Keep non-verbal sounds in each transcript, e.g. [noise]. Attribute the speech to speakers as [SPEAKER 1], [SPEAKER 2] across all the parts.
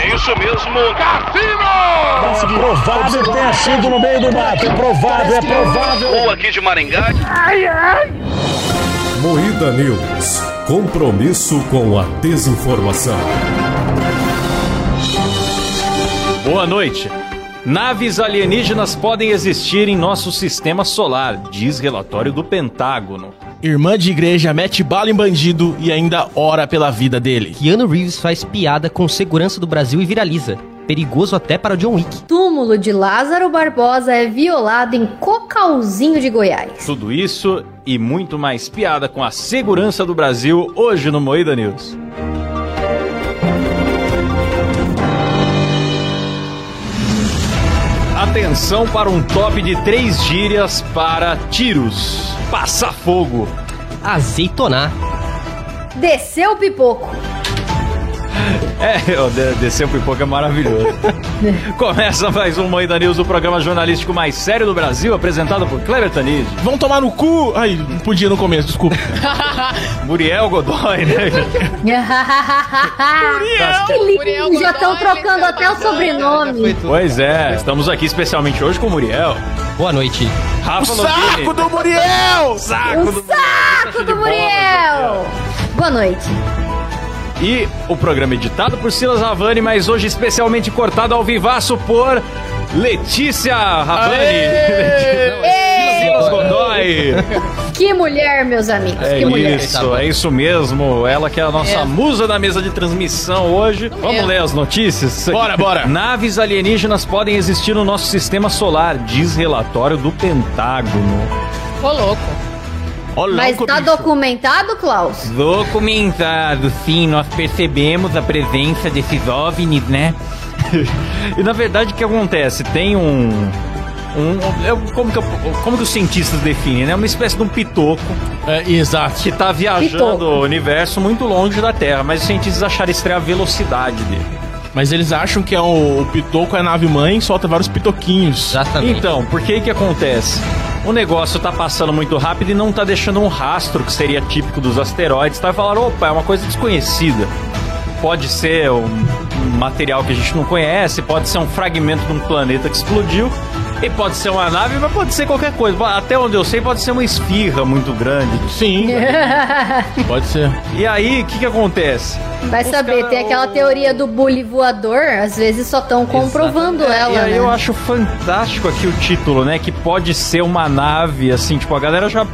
[SPEAKER 1] É isso mesmo, Cassino!
[SPEAKER 2] Provável que tenha sido no meio do mato. É provável, é provável.
[SPEAKER 1] Ou aqui de Maringá.
[SPEAKER 3] Moída News. Compromisso com a desinformação.
[SPEAKER 4] Boa noite. Naves alienígenas podem existir em nosso sistema solar, diz relatório do Pentágono.
[SPEAKER 5] Irmã de igreja mete bala em bandido e ainda ora pela vida dele.
[SPEAKER 6] Keanu Reeves faz piada com segurança do Brasil e viraliza. Perigoso até para John Wick.
[SPEAKER 7] Túmulo de Lázaro Barbosa é violado em Cocalzinho de Goiás.
[SPEAKER 4] Tudo isso e muito mais piada com a segurança do Brasil hoje no Moída News. Atenção para um top de três gírias para tiros. Passa fogo.
[SPEAKER 6] Azeitonar.
[SPEAKER 7] Desceu o
[SPEAKER 8] [laughs]
[SPEAKER 7] pipoco.
[SPEAKER 4] É, o de- descer o pipoca é maravilhoso. Começa mais um Moída News, o programa jornalístico mais sério do Brasil, apresentado por Kleber Tanid,
[SPEAKER 5] Vão tomar no cu. Ai, não podia no começo, desculpa.
[SPEAKER 4] [laughs] Muriel Godoy, né?
[SPEAKER 7] Que lindo,
[SPEAKER 8] Muriel Godoy, tá
[SPEAKER 7] Já estão trocando
[SPEAKER 8] Liceu
[SPEAKER 7] até o
[SPEAKER 8] Pagano,
[SPEAKER 7] sobrenome.
[SPEAKER 4] Pois é, estamos aqui especialmente hoje com o Muriel.
[SPEAKER 6] Boa noite.
[SPEAKER 4] Rafa
[SPEAKER 5] o
[SPEAKER 4] Longini.
[SPEAKER 5] saco do Muriel! Saco!
[SPEAKER 7] O saco do Muriel. Boa noite.
[SPEAKER 4] E o programa editado por Silas Havani, mas hoje especialmente cortado ao vivaço por Letícia Havani. Silas Godoy.
[SPEAKER 7] Que mulher, meus amigos.
[SPEAKER 4] É
[SPEAKER 7] que mulher.
[SPEAKER 5] tá
[SPEAKER 4] isso, é isso mesmo. Ela que é a nossa musa da mesa de transmissão hoje.
[SPEAKER 7] É.
[SPEAKER 4] Vamos
[SPEAKER 8] mesmo.
[SPEAKER 4] ler as notícias?
[SPEAKER 5] Bora, bora.
[SPEAKER 4] Naves alienígenas podem existir no nosso sistema solar, diz relatório do Pentágono.
[SPEAKER 8] Ô, louco.
[SPEAKER 5] Olha
[SPEAKER 7] Mas tá documentado, Klaus? [laughs]
[SPEAKER 4] Documentado, sim, nós percebemos a presença desses OVNIs, né? [laughs] e na verdade o que acontece? Tem um. um eu- como, que eu- como que os cientistas definem, né? Uma espécie de um pitoco
[SPEAKER 5] É, exato.
[SPEAKER 4] que tá viajando
[SPEAKER 7] Pitoco.
[SPEAKER 4] o universo muito longe da Terra, mas os cientistas acharam estranha a velocidade dele.
[SPEAKER 5] Mas eles acham que é o, o pitoco é a nave mãe, solta vários pitoquinhos.
[SPEAKER 6] Exatamente.
[SPEAKER 4] Então, por que que acontece? O negócio tá passando muito rápido e não tá deixando um rastro que seria típico dos asteroides, tá? E falaram, opa, é uma coisa desconhecida. Pode ser um um material que a gente não conhece, pode ser um fragmento de um planeta que explodiu, e pode ser uma nave, mas pode ser qualquer coisa. Até onde eu sei, pode ser uma esfirra muito grande.
[SPEAKER 5] Sim,
[SPEAKER 6] É.
[SPEAKER 5] pode ser.
[SPEAKER 4] E aí, o que que acontece?
[SPEAKER 7] Vai saber, tem aquela teoria do bully voador, às vezes só estão comprovando
[SPEAKER 4] É, E
[SPEAKER 7] ela,
[SPEAKER 4] aí eu
[SPEAKER 7] né?
[SPEAKER 4] acho fantástico aqui o título, né? Que pode ser uma nave, assim, tipo, a galera já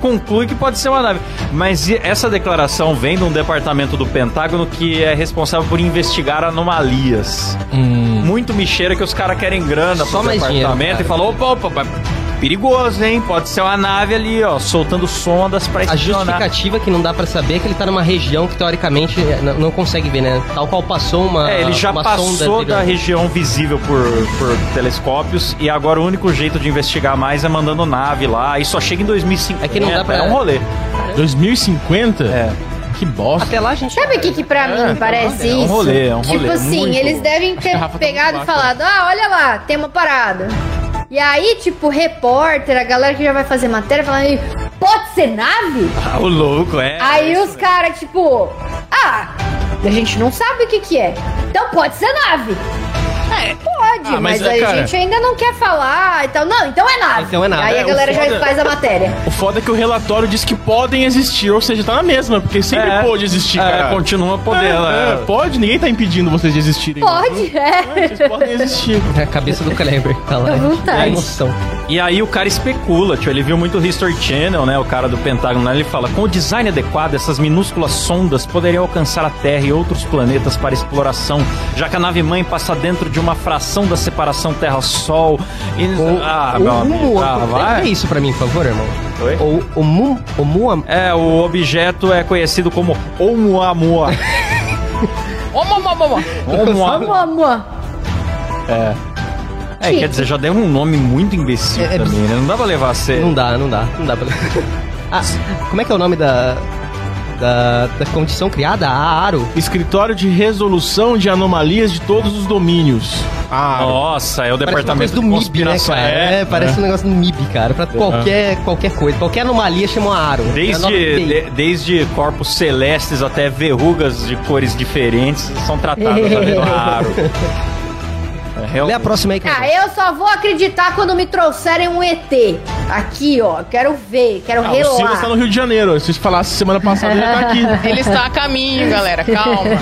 [SPEAKER 4] conclui que pode ser uma nave. Mas e- essa declaração vem de um departamento do Pentágono que é responsável por investigar anomalias. Muito mexeira que os caras querem grana
[SPEAKER 6] Hum. Só
[SPEAKER 4] pro
[SPEAKER 6] mais dinheiro,
[SPEAKER 4] departamento e
[SPEAKER 6] cara.
[SPEAKER 4] falou, opa, opa, opa, perigoso, hein? Pode ser uma nave ali, ó, soltando sondas pra
[SPEAKER 6] A
[SPEAKER 4] espionar.
[SPEAKER 6] justificativa que não dá pra saber é que ele tá numa região que teoricamente é, n- não consegue ver, né? Tal qual passou uma.
[SPEAKER 4] É, ele já
[SPEAKER 6] uma
[SPEAKER 4] passou
[SPEAKER 6] sonda
[SPEAKER 4] da
[SPEAKER 6] virando-
[SPEAKER 4] região visível por, por telescópios e agora o único jeito de investigar mais é mandando nave lá e só chega em 2050.
[SPEAKER 6] É que não dá pra-
[SPEAKER 4] É um rolê.
[SPEAKER 5] 2050?
[SPEAKER 4] É.
[SPEAKER 5] Que bosta.
[SPEAKER 6] Até lá a gente. é
[SPEAKER 7] Sabe o que, que pra mim parece
[SPEAKER 4] É um
[SPEAKER 7] isso?
[SPEAKER 4] rolê, é um rolê.
[SPEAKER 7] Tipo assim,
[SPEAKER 4] muito.
[SPEAKER 7] eles devem ter
[SPEAKER 5] Rafa tá
[SPEAKER 7] pegado e
[SPEAKER 5] muito
[SPEAKER 7] falado: ah, olha lá, tem uma parada. E aí, tipo, repórter, a galera que já vai fazer matéria, falando: aí, pode ser nave?
[SPEAKER 4] Ah, o louco, é.
[SPEAKER 7] Aí os caras, tipo, ah, a gente não sabe o que que é. Então pode ser nave. É, pode,
[SPEAKER 5] Ah, mas
[SPEAKER 7] mas,
[SPEAKER 5] é,
[SPEAKER 7] aí
[SPEAKER 5] cara-
[SPEAKER 7] a gente ainda não quer falar e tal. Não, então é nave.
[SPEAKER 6] Então é nave.
[SPEAKER 7] Aí
[SPEAKER 5] É,
[SPEAKER 7] a galera
[SPEAKER 5] o
[SPEAKER 7] já
[SPEAKER 5] foda-
[SPEAKER 7] faz a matéria.
[SPEAKER 4] [laughs]
[SPEAKER 5] O foda é que o relatório diz que podem existir, ou seja, tá na mesma, porque sempre
[SPEAKER 4] É.
[SPEAKER 5] pôde existir,
[SPEAKER 4] É,
[SPEAKER 5] cara.
[SPEAKER 4] continua podendo.
[SPEAKER 5] É, é,
[SPEAKER 4] É,
[SPEAKER 5] pode, ninguém tá impedindo vocês de existirem.
[SPEAKER 7] Pode, é. [laughs]
[SPEAKER 5] Vocês podem existir.
[SPEAKER 6] É A cabeça do Kleber tá lá. [laughs]
[SPEAKER 7] Fica à vontade.
[SPEAKER 6] É emoção.
[SPEAKER 4] E aí o cara especula, tipo, ele viu muito o History Channel, né? O cara do Pentágono, né, ele fala: com o design adequado, essas minúsculas sondas poderiam alcançar a Terra e outros planetas para exploração, já que a nave mãe passa dentro de uma fração da separação Terra-Sol. E... ah, meu amigo, ah,
[SPEAKER 6] é
[SPEAKER 4] vai.
[SPEAKER 6] isso pra mim, por favor, irmão.
[SPEAKER 4] Oi?
[SPEAKER 6] O, o mu, o mu,
[SPEAKER 4] É, o objeto é conhecido como
[SPEAKER 7] [laughs]
[SPEAKER 4] Oumuamua.
[SPEAKER 8] Ô, mô, mô, mô, mô.
[SPEAKER 7] Vamos,
[SPEAKER 4] Oumuamua.
[SPEAKER 7] amor.
[SPEAKER 4] É, quer dizer, já deu um nome muito imbecil
[SPEAKER 6] É, é
[SPEAKER 4] também, né? Não dá pra levar a sério.
[SPEAKER 6] [laughs] Não dá, não dá, não dá pra. Ah, como é que é o nome da. da, da condição criada, a Aro.
[SPEAKER 5] Escritório de Resolução de Anomalias de Todos os Domínios. Ah,
[SPEAKER 4] Nossa, é o
[SPEAKER 6] Parece uma
[SPEAKER 4] departamento
[SPEAKER 6] coisa
[SPEAKER 4] de
[SPEAKER 6] do MIB, né,
[SPEAKER 4] conspiração. É.
[SPEAKER 6] cara? É, parece um negócio do MIB, cara. Pra qualquer, qualquer coisa, qualquer anomalia chamam a Aro. É a nova
[SPEAKER 4] Desde,
[SPEAKER 6] NPI.
[SPEAKER 4] de- desde corpos celestes até verrugas de cores diferentes são tratadas ali
[SPEAKER 7] [laughs]
[SPEAKER 4] no aro. É, real-
[SPEAKER 6] Lê a próxima aí,
[SPEAKER 7] Ah,
[SPEAKER 6] cara.
[SPEAKER 7] eu só vou acreditar quando me trouxerem um ET. Aqui, ó. Quero ver, quero
[SPEAKER 5] ah o Silas
[SPEAKER 7] relar.
[SPEAKER 5] tá no Rio de Janeiro. Se falasse semana passada, ele ia estar aqui.
[SPEAKER 8] [laughs] Ele está a caminho, galera. Calma.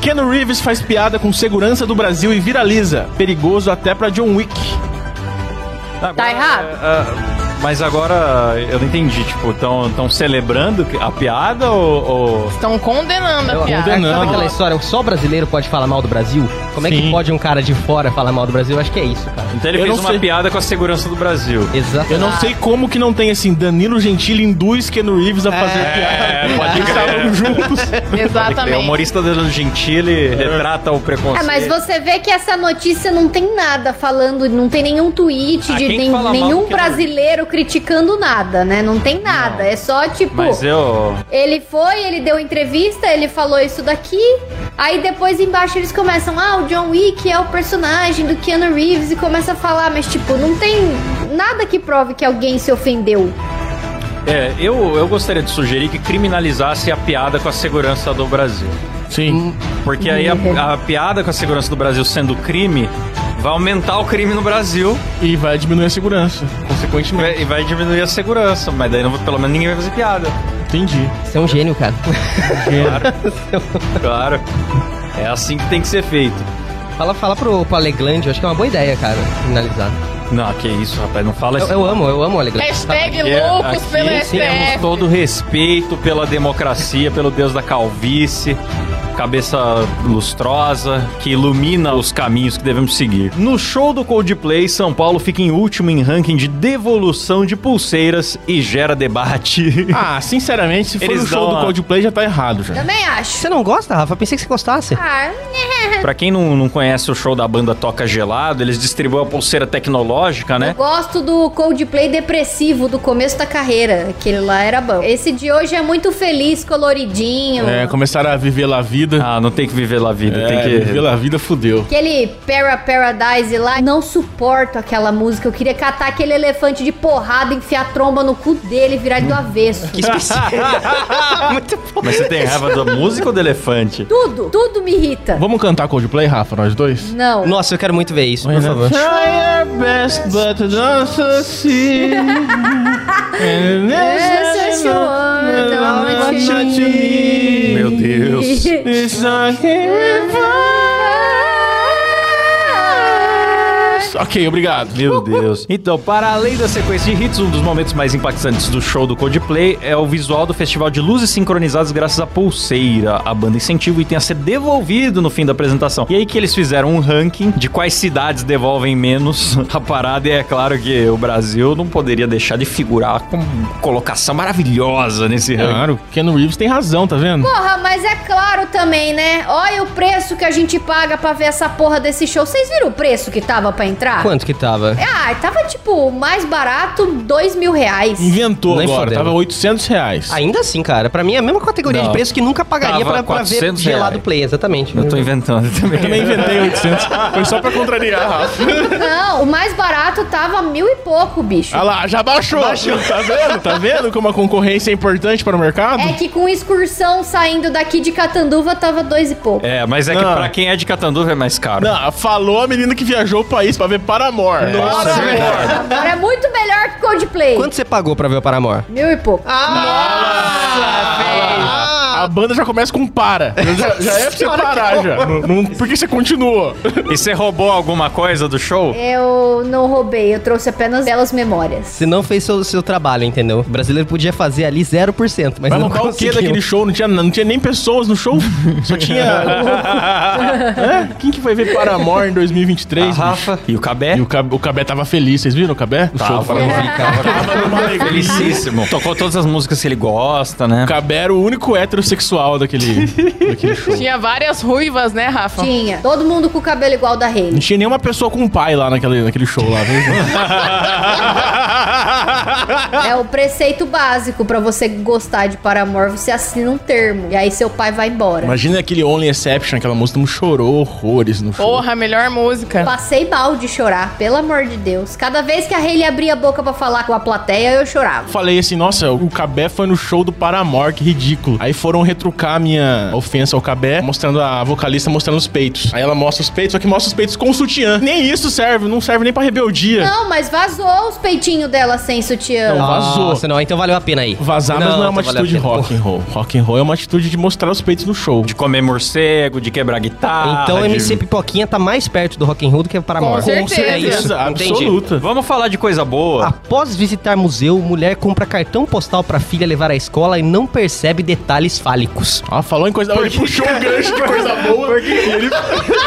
[SPEAKER 5] Keanu Reeves faz piada com segurança do Brasil e viraliza. Perigoso até pra John Wick.
[SPEAKER 4] Agora,
[SPEAKER 7] Tá errado?
[SPEAKER 4] é, é, mas agora eu não entendi, tipo, estão celebrando a piada ou. ou-
[SPEAKER 8] Estão condenando a piada.
[SPEAKER 5] condenando.
[SPEAKER 6] Sabe
[SPEAKER 5] Não.
[SPEAKER 6] aquela história, um só brasileiro pode falar mal do Brasil? Como é que
[SPEAKER 5] Sim.
[SPEAKER 6] pode um cara de fora falar mal do Brasil? Eu acho que é isso, cara.
[SPEAKER 4] Então ele
[SPEAKER 5] Eu
[SPEAKER 4] fez
[SPEAKER 5] não
[SPEAKER 4] uma
[SPEAKER 5] sei.
[SPEAKER 4] piada com a segurança do Brasil.
[SPEAKER 6] Exatamente.
[SPEAKER 5] Eu não sei como que não tem assim, Danilo Gentili induz Keanu Reeves a fazer piada.
[SPEAKER 4] pode
[SPEAKER 5] Eles estavam juntos.
[SPEAKER 4] O
[SPEAKER 8] Exatamente.
[SPEAKER 4] humorista Danilo Gentili retrata o preconceito.
[SPEAKER 7] É, mas você vê que essa notícia não tem nada falando, não tem nenhum tweet
[SPEAKER 4] Ah,
[SPEAKER 7] de
[SPEAKER 4] quem
[SPEAKER 7] nem-
[SPEAKER 4] fala mal do
[SPEAKER 7] nenhum
[SPEAKER 4] Keanu
[SPEAKER 7] brasileiro criticando nada, né? Não tem nada. É só tipo.
[SPEAKER 4] Mas eu.
[SPEAKER 7] Ele foi, ele deu entrevista, ele falou isso daqui. Aí depois embaixo eles começam, ah, o John Wick é o personagem do Keanu Reeves e começa a falar, mas tipo, não tem nada que prove que alguém se ofendeu.
[SPEAKER 4] É, eu, eu gostaria de sugerir que criminalizasse a piada com a segurança do Brasil.
[SPEAKER 5] Sim.
[SPEAKER 4] Porque aí
[SPEAKER 7] Uhum.
[SPEAKER 4] a, a piada com a segurança do Brasil sendo crime vai aumentar o crime no Brasil
[SPEAKER 5] E vai diminuir a segurança,
[SPEAKER 4] e
[SPEAKER 5] consequentemente.
[SPEAKER 4] vai- e vai diminuir a segurança. Mas daí não, pelo menos ninguém vai fazer piada.
[SPEAKER 5] Entendi.
[SPEAKER 6] Você é um gênio, cara. [laughs]
[SPEAKER 4] Claro. É assim que tem que ser feito.
[SPEAKER 6] Fala, fala pro, pro Aleglande, eu acho que é uma boa ideia, cara, finalizar.
[SPEAKER 4] Não, que isso, rapaz. Não fala
[SPEAKER 6] Eu,
[SPEAKER 4] isso.
[SPEAKER 6] eu amo, eu amo o Aleglande.
[SPEAKER 8] Hashtag
[SPEAKER 4] Aqui é-
[SPEAKER 8] loucos
[SPEAKER 4] aqui
[SPEAKER 8] pelo
[SPEAKER 4] Temos
[SPEAKER 8] STF.
[SPEAKER 4] todo o respeito pela democracia, pelo Deus da calvície, cabeça lustrosa, que ilumina os caminhos que devemos seguir. No show do Coldplay, São Paulo fica em último em ranking de devolução de pulseiras e gera debate. [laughs]
[SPEAKER 5] Ah, sinceramente, se for
[SPEAKER 4] Eles
[SPEAKER 5] o show
[SPEAKER 4] dão
[SPEAKER 5] do
[SPEAKER 4] a-
[SPEAKER 5] Coldplay, já tá errado já.
[SPEAKER 7] Também acho.
[SPEAKER 6] Você não gosta, Rafa? Eu pensei que você gostasse.
[SPEAKER 7] Ah,
[SPEAKER 4] Pra quem não, não conhece o show da banda Toca Gelado, eles distribuem a pulseira tecnológica, né?
[SPEAKER 7] eu gosto do Coldplay depressivo do começo da carreira. Aquele lá era bom. Esse de hoje é muito feliz, coloridinho.
[SPEAKER 5] É, começaram a viver lá a vida.
[SPEAKER 4] Ah, não tem que viver lá a vida,
[SPEAKER 5] Uhum. É,
[SPEAKER 4] tem que...
[SPEAKER 5] viver lá a vida fudeu.
[SPEAKER 7] Aquele Para Paradise lá, não suporto aquela música. Eu queria catar aquele elefante de porrada, enfiar a tromba no cu dele e virar ele do avesso.
[SPEAKER 6] Muito bom.
[SPEAKER 4] Mas você tem raiva da música ou do elefante?
[SPEAKER 7] Tudo, tudo me irrita.
[SPEAKER 5] Vamos cantar Coldplay, Rafa, nós dois?
[SPEAKER 7] Não.
[SPEAKER 6] Nossa, eu quero muito ver isso,
[SPEAKER 5] né?
[SPEAKER 6] por favor.
[SPEAKER 5] Try our best, but don't succeed. And
[SPEAKER 7] Yes,
[SPEAKER 5] there's
[SPEAKER 7] yes, you are,
[SPEAKER 5] not
[SPEAKER 7] don't
[SPEAKER 5] much
[SPEAKER 7] you
[SPEAKER 5] you need.
[SPEAKER 4] Meu Deus.
[SPEAKER 5] It's not Ok, obrigado.
[SPEAKER 4] Meu Deus. Então, para além da sequência de hits, um dos momentos mais impactantes do show do Coldplay é o visual do festival de luzes sincronizadas graças à pulseira. A banda incentiva o item a ser devolvido no fim da apresentação. E aí que eles fizeram um ranking de quais cidades devolvem menos [laughs] a parada. E é claro que o Brasil não poderia deixar de figurar com colocação maravilhosa nesse ranking.
[SPEAKER 5] Claro, Keanu Reeves tem razão, tá vendo?
[SPEAKER 7] Porra, mas é claro também, né? Olha o preço que a gente paga pra ver essa porra desse show. Vocês viram o preço que tava pra entrar?
[SPEAKER 6] Quanto que tava?
[SPEAKER 7] Ah, tava tipo, mais barato, dois mil reais.
[SPEAKER 5] Inventou
[SPEAKER 6] Nem
[SPEAKER 5] agora,
[SPEAKER 6] fodendo.
[SPEAKER 5] tava 800 reais.
[SPEAKER 6] Ainda assim, cara, pra mim é a mesma categoria
[SPEAKER 4] Não.
[SPEAKER 6] de preço que nunca pagaria
[SPEAKER 4] Tava
[SPEAKER 6] pra, pra ver
[SPEAKER 4] 400
[SPEAKER 6] gelado
[SPEAKER 4] reais.
[SPEAKER 6] play, exatamente.
[SPEAKER 4] Eu tô inventando também.
[SPEAKER 5] Também inventei 800. Foi só pra contrariar, Rafa.
[SPEAKER 7] Não, o mais barato tava mil e pouco, bicho.
[SPEAKER 5] Olha lá, já baixou. Tá vendo? Tá vendo como a concorrência é importante para o mercado?
[SPEAKER 7] É que com excursão saindo daqui de Catanduva tava dois e pouco.
[SPEAKER 4] É, mas é que
[SPEAKER 5] Não.
[SPEAKER 4] pra quem é de Catanduva é mais caro.
[SPEAKER 5] Não, falou a menina que viajou o país pra ver Paramore.
[SPEAKER 4] Nossa, é verdade.
[SPEAKER 7] Agora é muito melhor que Coldplay.
[SPEAKER 6] Quanto você pagou pra ver o Paramore?
[SPEAKER 7] Mil e pouco.
[SPEAKER 5] A banda já começa com para. Já, já é pra você parar já. Não, não- por que você continua?
[SPEAKER 4] E você roubou alguma coisa do show?
[SPEAKER 7] Eu não roubei, eu trouxe apenas belas memórias.
[SPEAKER 6] Você não fez seu, seu trabalho, entendeu? O brasileiro podia fazer ali 0%, mas
[SPEAKER 5] Vai
[SPEAKER 6] não
[SPEAKER 5] roubar o quê
[SPEAKER 6] conseguiu.
[SPEAKER 5] daquele show? Não tinha, não tinha nem pessoas no show. Só tinha. É? Quem que foi ver Paramore em 2023? bicho?
[SPEAKER 4] E o Cabé? Tá,
[SPEAKER 5] E o, Cab- o Cabé tava feliz, vocês viram o Cabé? O show do é Paramore.
[SPEAKER 4] Felicíssimo. Tocou todas as músicas que ele gosta, né?
[SPEAKER 5] O Cabé era o único hétero sexual daquele, daquele show.
[SPEAKER 8] Tinha várias ruivas, né, Rafa?
[SPEAKER 7] Tinha. Todo mundo com o cabelo igual da
[SPEAKER 5] Não
[SPEAKER 7] Hayley.
[SPEAKER 5] tinha nenhuma pessoa com um pai lá naquele, naquele show lá, né? viu?
[SPEAKER 7] É o preceito básico pra você gostar de Paramore, você assina um termo. E aí seu pai vai embora.
[SPEAKER 5] Imagina aquele Only Exception, aquela música não chorou horrores no show.
[SPEAKER 8] Porra, melhor música.
[SPEAKER 7] Passei mal de chorar, pelo amor de Deus. Cada vez que a Hayley abria a boca pra falar com a plateia, eu chorava.
[SPEAKER 5] Falei assim, nossa, o Cabé foi no show do Paramore, que ridículo. Aí foram retrucar a minha ofensa ao Cabé, mostrando a vocalista mostrando os peitos. Aí ela mostra os peitos, só que mostra os peitos com sutiã. Nem isso serve, não serve nem pra rebeldia.
[SPEAKER 7] Não, mas vazou os peitinhos dela sem sutiã.
[SPEAKER 5] Não, vazou.
[SPEAKER 6] Nossa, não, então valeu a pena aí.
[SPEAKER 5] Vazar, mas não é uma
[SPEAKER 6] então valeu a
[SPEAKER 5] atitude
[SPEAKER 6] pena.
[SPEAKER 5] rock and roll. Rock and roll é uma atitude de mostrar os peitos no show.
[SPEAKER 4] De comer morcego, de quebrar guitarra.
[SPEAKER 6] Então o
[SPEAKER 4] de...
[SPEAKER 5] Ah,
[SPEAKER 6] MC Pipoquinha tá mais perto do rock and roll do que o Paramore.
[SPEAKER 8] Com certeza.
[SPEAKER 6] É isso, entendi.
[SPEAKER 5] absoluta.
[SPEAKER 4] Vamos falar de coisa
[SPEAKER 5] Ah,
[SPEAKER 4] boa.
[SPEAKER 6] Após visitar museu, mulher compra cartão postal pra filha levar à escola e não percebe detalhes fálicos.
[SPEAKER 5] Ah, falou em coisa... Ele puxou um gancho de coisa boa.
[SPEAKER 4] [laughs]
[SPEAKER 5] Porque ele...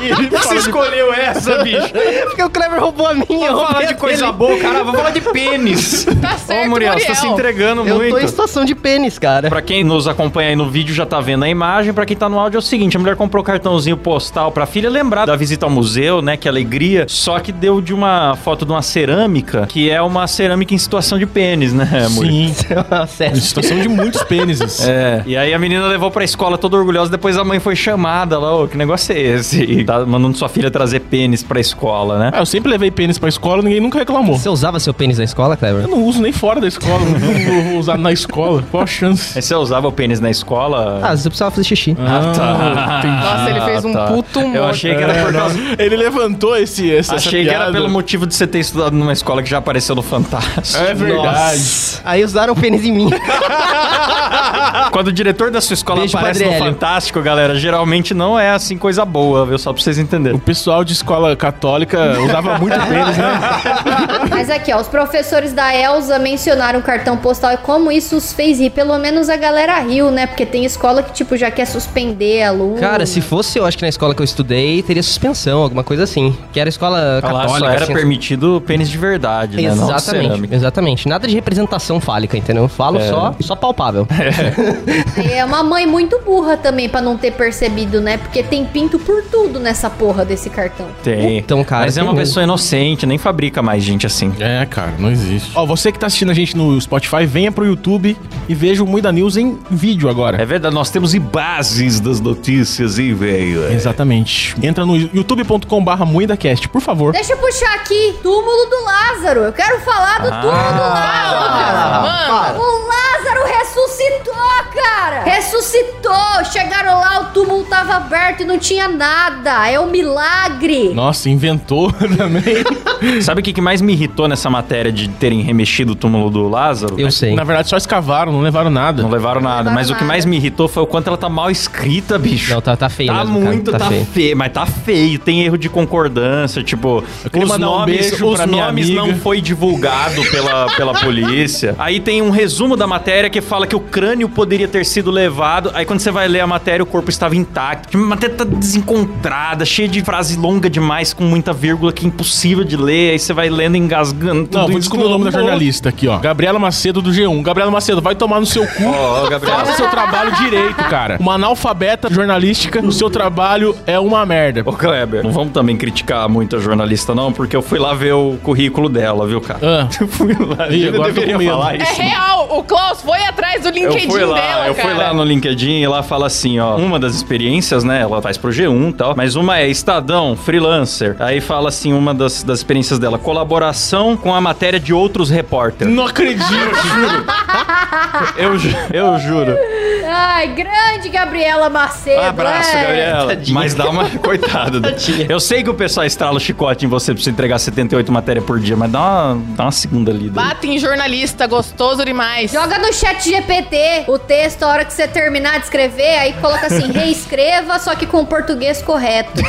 [SPEAKER 5] e ele
[SPEAKER 4] Você
[SPEAKER 5] fala de-
[SPEAKER 4] escolheu
[SPEAKER 5] [laughs]
[SPEAKER 4] essa, bicho?
[SPEAKER 6] Porque o Kleber roubou a minha.
[SPEAKER 4] Vamos falar de coisa boa, cara. Vamos falar de pênis.
[SPEAKER 8] Tá certo,
[SPEAKER 4] Ô, Muriel, você tá se
[SPEAKER 8] Muriel.
[SPEAKER 4] entregando
[SPEAKER 6] Eu
[SPEAKER 4] muito.
[SPEAKER 6] tô em situação de pênis, cara. [laughs]
[SPEAKER 4] Pra quem nos acompanha aí no vídeo já tá vendo a imagem, pra quem tá no áudio é o seguinte, a mulher comprou cartãozinho postal pra filha lembrar da visita ao museu, né, que alegria, só que deu de uma foto de uma cerâmica, que é uma cerâmica em situação de pênis, né, Muri?
[SPEAKER 5] Sim.
[SPEAKER 6] Sério.
[SPEAKER 5] Situação de muitos pênises.
[SPEAKER 4] É, e aí a menina levou pra escola toda orgulhosa, depois a mãe foi chamada lá, ô, que negócio é esse? E tá mandando sua filha trazer pênis pra escola, né?
[SPEAKER 5] Ah, eu sempre levei pênis pra escola, ninguém nunca reclamou.
[SPEAKER 6] Você usava seu pênis na escola, Kleber?
[SPEAKER 5] Eu não uso nem fora da escola, não vou- vou usar na escola. Qual a chance?
[SPEAKER 4] Aí você usava o pênis na escola? Ah,
[SPEAKER 6] Ah, você precisava fazer xixi.
[SPEAKER 5] Ah,
[SPEAKER 4] tá.
[SPEAKER 5] É,
[SPEAKER 8] Nossa, ele fez um puto humor.
[SPEAKER 4] Eu achei que era por causa...
[SPEAKER 5] Ele levantou esse. Essa, essa
[SPEAKER 4] Achei que era
[SPEAKER 5] piada.
[SPEAKER 4] pelo motivo de você ter estudado numa escola que já apareceu no Fantástico.
[SPEAKER 5] É verdade.
[SPEAKER 6] Aí usaram o pênis em mim.
[SPEAKER 4] [laughs] Quando o diretor da sua escola
[SPEAKER 6] Beijo,
[SPEAKER 4] aparece no
[SPEAKER 6] Padre Hélio.
[SPEAKER 4] Fantástico, galera, geralmente não é assim coisa boa, viu? Só pra vocês
[SPEAKER 5] O
[SPEAKER 4] entenderem.
[SPEAKER 5] pessoal de escola católica usava muito pênis, né?
[SPEAKER 7] [laughs] Mas aqui, ó, os professores da Elsa mencionaram o cartão postal e como isso os fez rir. Pelo menos a galera riu, né? Porque tem escola que, tipo, já quer suspender aluno.
[SPEAKER 6] Cara, se fosse eu, acho que na escola que eu estudei, teria suspensão, alguma coisa assim. Que era escola
[SPEAKER 4] Lá
[SPEAKER 6] católica.
[SPEAKER 4] só era
[SPEAKER 6] assim.
[SPEAKER 4] é permitido pênis de verdade, né? Não
[SPEAKER 6] Exatamente,
[SPEAKER 4] cerâmica. É.
[SPEAKER 6] exatamente. Nada de representação fálica, entendeu? Eu falo só, só
[SPEAKER 4] [laughs]
[SPEAKER 6] palpável.
[SPEAKER 7] É uma mãe muito burra também pra não ter percebido, né? Porque tem pinto por tudo nessa porra desse cartão.
[SPEAKER 4] Tem.
[SPEAKER 6] Então, cara,
[SPEAKER 4] Mas é
[SPEAKER 6] tem
[SPEAKER 4] uma
[SPEAKER 6] mesmo.
[SPEAKER 4] pessoa inocente, nem fabrica mais gente assim.
[SPEAKER 5] É, cara, não existe. Ó, você que tá assistindo a gente no Spotify, venha pro YouTube e veja o Muida News em vídeo agora.
[SPEAKER 4] É verdade, nós temos e bases das notícias, hein, velho? É.
[SPEAKER 5] Exatamente. Entra no youtube.com/barra MuidaCast, por favor.
[SPEAKER 7] Deixa eu puxar aqui, túmulo do Lázaro. Eu quero falar do
[SPEAKER 4] Ah.
[SPEAKER 7] túmulo do Lázaro, cara.
[SPEAKER 8] Mano,
[SPEAKER 7] O Lázaro ressuscitou, cara! Ressuscitou! Chegaram lá, o túmulo tava aberto e não tinha nada. É um milagre!
[SPEAKER 5] Nossa, inventou [laughs] também.
[SPEAKER 4] Sabe o que que mais me irritou nessa matéria de terem remexido o túmulo do Lázaro?
[SPEAKER 6] Eu sei.
[SPEAKER 5] Na verdade, só escavaram, não levaram nada.
[SPEAKER 4] Não levaram nada,
[SPEAKER 7] levaram
[SPEAKER 4] mas o que
[SPEAKER 7] nada.
[SPEAKER 4] mais me irritou foi o quanto ela tá mal escrita, bicho.
[SPEAKER 6] Não, tá, tá feio
[SPEAKER 4] Tá
[SPEAKER 6] mesmo, cara.
[SPEAKER 4] muito, tá, feio.
[SPEAKER 6] feio.
[SPEAKER 4] mas tá feio. Tem erro de concordância, tipo,
[SPEAKER 5] queria
[SPEAKER 4] os
[SPEAKER 5] mandar um
[SPEAKER 4] nomes,
[SPEAKER 5] beijo
[SPEAKER 4] os
[SPEAKER 5] pra minha
[SPEAKER 4] nomes
[SPEAKER 5] amiga.
[SPEAKER 4] não foi divulgado pela, pela [laughs] polícia. Aí tem um resumo da matéria que fala que o crânio poderia ter sido levado. Aí quando você vai ler a matéria, o corpo estava intacto. Tipo, A matéria tá desencontrada, cheia de frase longa demais, com muita vírgula que é impossível de ler. Aí você vai lendo, engasgando.
[SPEAKER 5] Não,
[SPEAKER 4] tudo
[SPEAKER 5] vou descobrir o nome da
[SPEAKER 4] desglobou.
[SPEAKER 5] jornalista aqui, ó. Gabriela Macedo do G1. Gabriela Macedo, vai tomar no seu
[SPEAKER 4] [laughs]
[SPEAKER 5] cu.
[SPEAKER 4] Ó, ó, Gabriela.
[SPEAKER 5] Faça seu trabalho direito, cara. Uma analfabeta jornalística, o seu trabalho é
[SPEAKER 4] [laughs]
[SPEAKER 5] uma merda.
[SPEAKER 4] Ô, Kleber, não vamos também criticar muito a jornalista, não, porque eu fui lá ver o currículo dela, viu, cara?
[SPEAKER 5] Ah,
[SPEAKER 4] Eu fui lá.
[SPEAKER 5] Ih,
[SPEAKER 4] eu
[SPEAKER 5] agora eu tô
[SPEAKER 4] deveria
[SPEAKER 5] com medo.
[SPEAKER 4] falar
[SPEAKER 8] é
[SPEAKER 4] isso.
[SPEAKER 8] real. O Klaus foi atrás do LinkedIn
[SPEAKER 4] eu fui lá,
[SPEAKER 8] dela,
[SPEAKER 4] eu
[SPEAKER 8] cara.
[SPEAKER 4] fui lá no LinkedIn e lá fala assim, ó, uma das experiências, né, ela faz pro G1 e tal, mas uma é Estadão, freelancer. Aí fala assim, uma das, das experiências dela, colaboração com a matéria de outros repórteres.
[SPEAKER 5] não acredito.
[SPEAKER 4] Juro. Eu, ju- eu
[SPEAKER 8] [laughs]
[SPEAKER 4] juro.
[SPEAKER 7] Ai, grande Gabriela Macedo!
[SPEAKER 4] Um Abraço,
[SPEAKER 7] é.
[SPEAKER 4] Gabriela. Mas dá [laughs] uma coitada. né? Eu sei que o pessoal estrala o chicote em você pra você entregar 78 matérias por dia, mas dá uma, dá uma segunda lida. aí.
[SPEAKER 8] Bate em jornalista, gostoso demais.
[SPEAKER 7] Joga no chat GPT o texto a hora que você terminar de escrever, aí coloca assim, [laughs] reescreva, só que com o
[SPEAKER 4] [laughs]
[SPEAKER 7] português correto.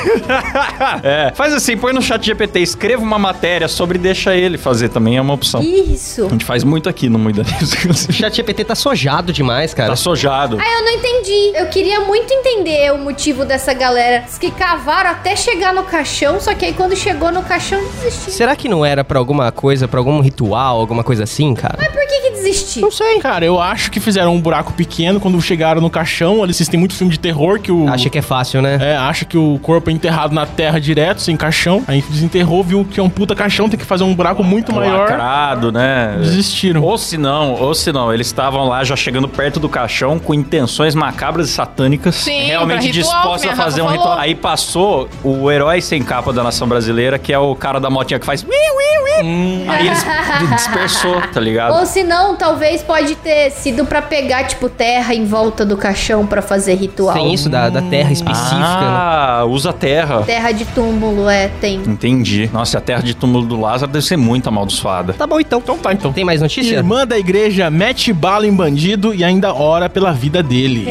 [SPEAKER 4] É, faz assim, põe no chat GPT, escreva uma matéria sobre e deixa ele fazer também, é uma opção.
[SPEAKER 7] Isso!
[SPEAKER 4] A gente faz muito aqui no Muita [laughs]
[SPEAKER 6] O chat GPT tá sojado demais, cara.
[SPEAKER 4] Tá sojado.
[SPEAKER 7] Ah, eu não entendi. Eu queria muito entender o motivo dessa galera. Diz que cavaram até chegar no caixão, só que aí quando chegou no caixão, desistiu.
[SPEAKER 6] Será que não era pra alguma coisa, pra algum ritual, alguma coisa assim, cara?
[SPEAKER 7] Por que, que, que desistir?
[SPEAKER 5] Não sei. Cara, eu acho que fizeram um buraco pequeno quando chegaram no caixão. Ali vocês têm muito filme de terror que
[SPEAKER 4] Uh.
[SPEAKER 5] o.
[SPEAKER 6] Acha que é fácil, né?
[SPEAKER 5] É, acha que o corpo é enterrado na terra direto, sem caixão. Aí desenterrou, viu que é um puta caixão, tem que fazer um buraco muito maior.
[SPEAKER 4] Lacrado, né?
[SPEAKER 5] Desistiram.
[SPEAKER 4] Ou se não, ou se não, eles estavam lá já chegando perto do caixão com intenções macabras e satânicas.
[SPEAKER 8] Sim,
[SPEAKER 4] realmente
[SPEAKER 8] pra ritual, que
[SPEAKER 4] dispostos
[SPEAKER 8] nem
[SPEAKER 4] a
[SPEAKER 8] a Rafa
[SPEAKER 4] fazer um
[SPEAKER 8] falou.
[SPEAKER 4] ritual. Aí passou o herói sem capa da nação brasileira, que é o cara da motinha que faz. "Ui, ui, ui". Aí eles dispersou, tá ligado?
[SPEAKER 7] Ou se não, talvez pode ter sido pra pegar, tipo, terra em volta do caixão pra fazer ritual.
[SPEAKER 6] Tem isso da, da terra específica, né?
[SPEAKER 4] Ah, usa a terra.
[SPEAKER 7] Terra de túmulo, é, tem.
[SPEAKER 4] Hum.
[SPEAKER 7] [laughs]
[SPEAKER 4] Entendi. Nossa, a terra de túmulo do Lázaro deve ser muito amaldiçoada.
[SPEAKER 6] Tá bom, então.
[SPEAKER 5] Então tá, então.
[SPEAKER 6] Tem mais notícia?
[SPEAKER 5] Irmã da igreja mete bala em bandido e ainda ora pela
[SPEAKER 6] [laughs]
[SPEAKER 5] vida dele.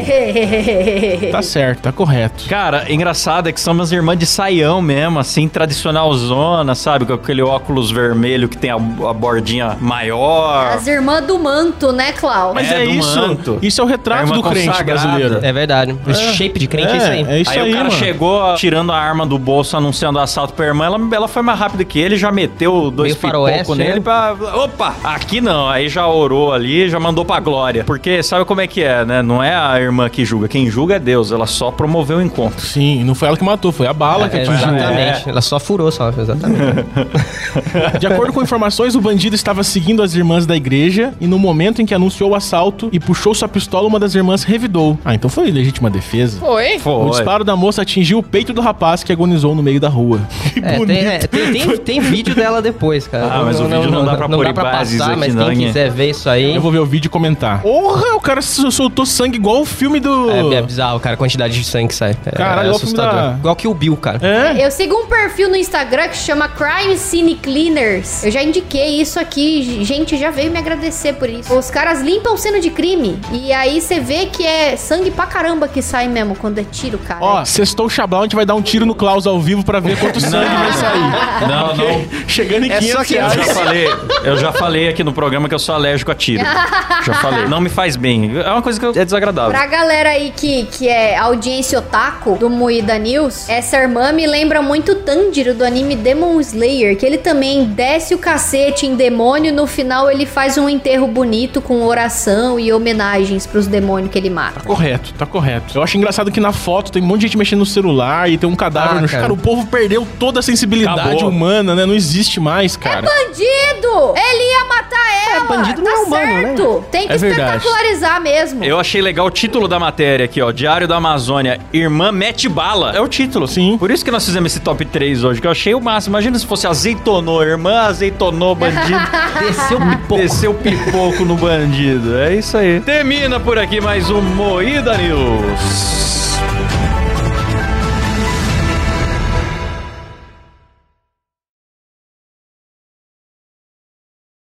[SPEAKER 5] tá certo, tá correto.
[SPEAKER 4] Cara, engraçado é que são minhas irmãs de saião mesmo, assim, tradicionalzona, sabe? Com aquele óculos vermelho que tem a, a bordinha maior.
[SPEAKER 7] As irmãs do manto, né, Clau?
[SPEAKER 5] Mas
[SPEAKER 4] É,
[SPEAKER 5] é,
[SPEAKER 4] do
[SPEAKER 5] isso.
[SPEAKER 4] manto.
[SPEAKER 5] Isso é o
[SPEAKER 4] É
[SPEAKER 5] retrato
[SPEAKER 4] uma
[SPEAKER 5] do crente
[SPEAKER 4] consagrada.
[SPEAKER 5] brasileiro.
[SPEAKER 6] É verdade. Esse shape de crente é, isso aí.
[SPEAKER 5] É isso
[SPEAKER 4] aí,
[SPEAKER 5] aí,
[SPEAKER 4] o cara
[SPEAKER 5] mano.
[SPEAKER 4] chegou tirando a arma do bolso, anunciando o assalto pra irmã. Ela, ela foi mais rápida que ele, já meteu dois
[SPEAKER 6] Meio faroeste,
[SPEAKER 4] pipocos nele
[SPEAKER 6] né?
[SPEAKER 4] pra. Opa! Aqui não. Aí já orou ali, já mandou pra glória. Porque sabe como é que é, né? Não é a irmã que julga. Quem julga é Deus. Ela só promoveu o encontro.
[SPEAKER 5] Sim, não foi ela que matou, foi a bala que
[SPEAKER 6] É,
[SPEAKER 5] atingiu.
[SPEAKER 6] exatamente. Ela só furou, só. Exatamente.
[SPEAKER 5] [laughs] De acordo com informações, o bandido estava seguindo as irmãs da igreja e no momento em que anunciou o assalto e puxou sua pistola, uma das irmãs revidou. Ah, então foi legítima defesa.
[SPEAKER 8] Foi?
[SPEAKER 5] O disparo da moça atingiu o peito do rapaz que agonizou no meio da rua. [laughs] Que
[SPEAKER 6] É, tem, é, tem, tem- tem vídeo dela depois, cara.
[SPEAKER 4] Ah, mas o vídeo não dá pra pôr em bases
[SPEAKER 6] passar,
[SPEAKER 4] aqui
[SPEAKER 6] mas
[SPEAKER 4] não,
[SPEAKER 6] quem
[SPEAKER 4] hein?
[SPEAKER 6] quiser ver isso aí.
[SPEAKER 5] Eu vou ver o vídeo e comentar. Porra, o cara sol- soltou sangue igual o filme do.
[SPEAKER 6] É, é bizarro, cara, a quantidade de sangue que sai. É,
[SPEAKER 5] Caralho,
[SPEAKER 6] é
[SPEAKER 5] olha o filme
[SPEAKER 6] assustador.
[SPEAKER 5] da-
[SPEAKER 6] Igual que o Bill, cara.
[SPEAKER 5] [laughs] É?
[SPEAKER 7] Eu sigo um perfil no Instagram que chama Crime Scene Cleaners. Eu já indiquei isso aqui, g- gente já veio me agradecer por isso. Os caras limpam cena de crime e aí você vê que é sangue pra caramba que sai mesmo quando é tiro, cara.
[SPEAKER 5] Ó, sextou o Xablau, a gente vai dar um tiro no Klaus ao vivo pra ver quanto sangue vai sair. [laughs]
[SPEAKER 4] Não, não.
[SPEAKER 5] Chegando em
[SPEAKER 6] É
[SPEAKER 5] 500
[SPEAKER 6] só que-
[SPEAKER 5] reais.
[SPEAKER 4] Eu [laughs] já falei, eu já falei aqui no programa que eu sou alérgico a tiro. Já falei, não me faz bem. É uma coisa que eu- é desagradável.
[SPEAKER 7] Pra galera aí que, que é audiência otaku do Moída News, essa irmã me lembra muito o Tanjiro do anime Demon Slayer, que ele também desce o cacete em demônio, no final ele faz um enterro bonito com oração e homenagens pros demônios que ele mata.
[SPEAKER 5] Tá correto, tá correto. Eu acho engraçado que na foto tem um monte de gente mexendo no celular e tem um cadáver
[SPEAKER 6] Ah,
[SPEAKER 5] no
[SPEAKER 6] cara.
[SPEAKER 5] cara. o povo perdeu toda a sensibilidade
[SPEAKER 4] Acabou.
[SPEAKER 5] humana, né? Não existe mais,
[SPEAKER 7] É
[SPEAKER 5] cara.
[SPEAKER 7] um Bandido! Ele ia matar ela!
[SPEAKER 6] bandido
[SPEAKER 7] tá
[SPEAKER 6] não é humano,
[SPEAKER 7] certo! Tem que
[SPEAKER 5] É verdade.
[SPEAKER 7] espetacularizar mesmo.
[SPEAKER 4] Eu achei legal o título da matéria aqui, ó. Diário da Amazônia, Irmã Mete Bala. É o título.
[SPEAKER 5] Sim.
[SPEAKER 4] Por isso que nós fizemos esse top 3 hoje, que eu achei o máximo. Imagina se fosse azeitonou, irmã azeitonou, bandido.
[SPEAKER 6] Desceu um pipoco.
[SPEAKER 4] Desceu pipoco no bandido. É isso aí. Termina por aqui mais um Moída News.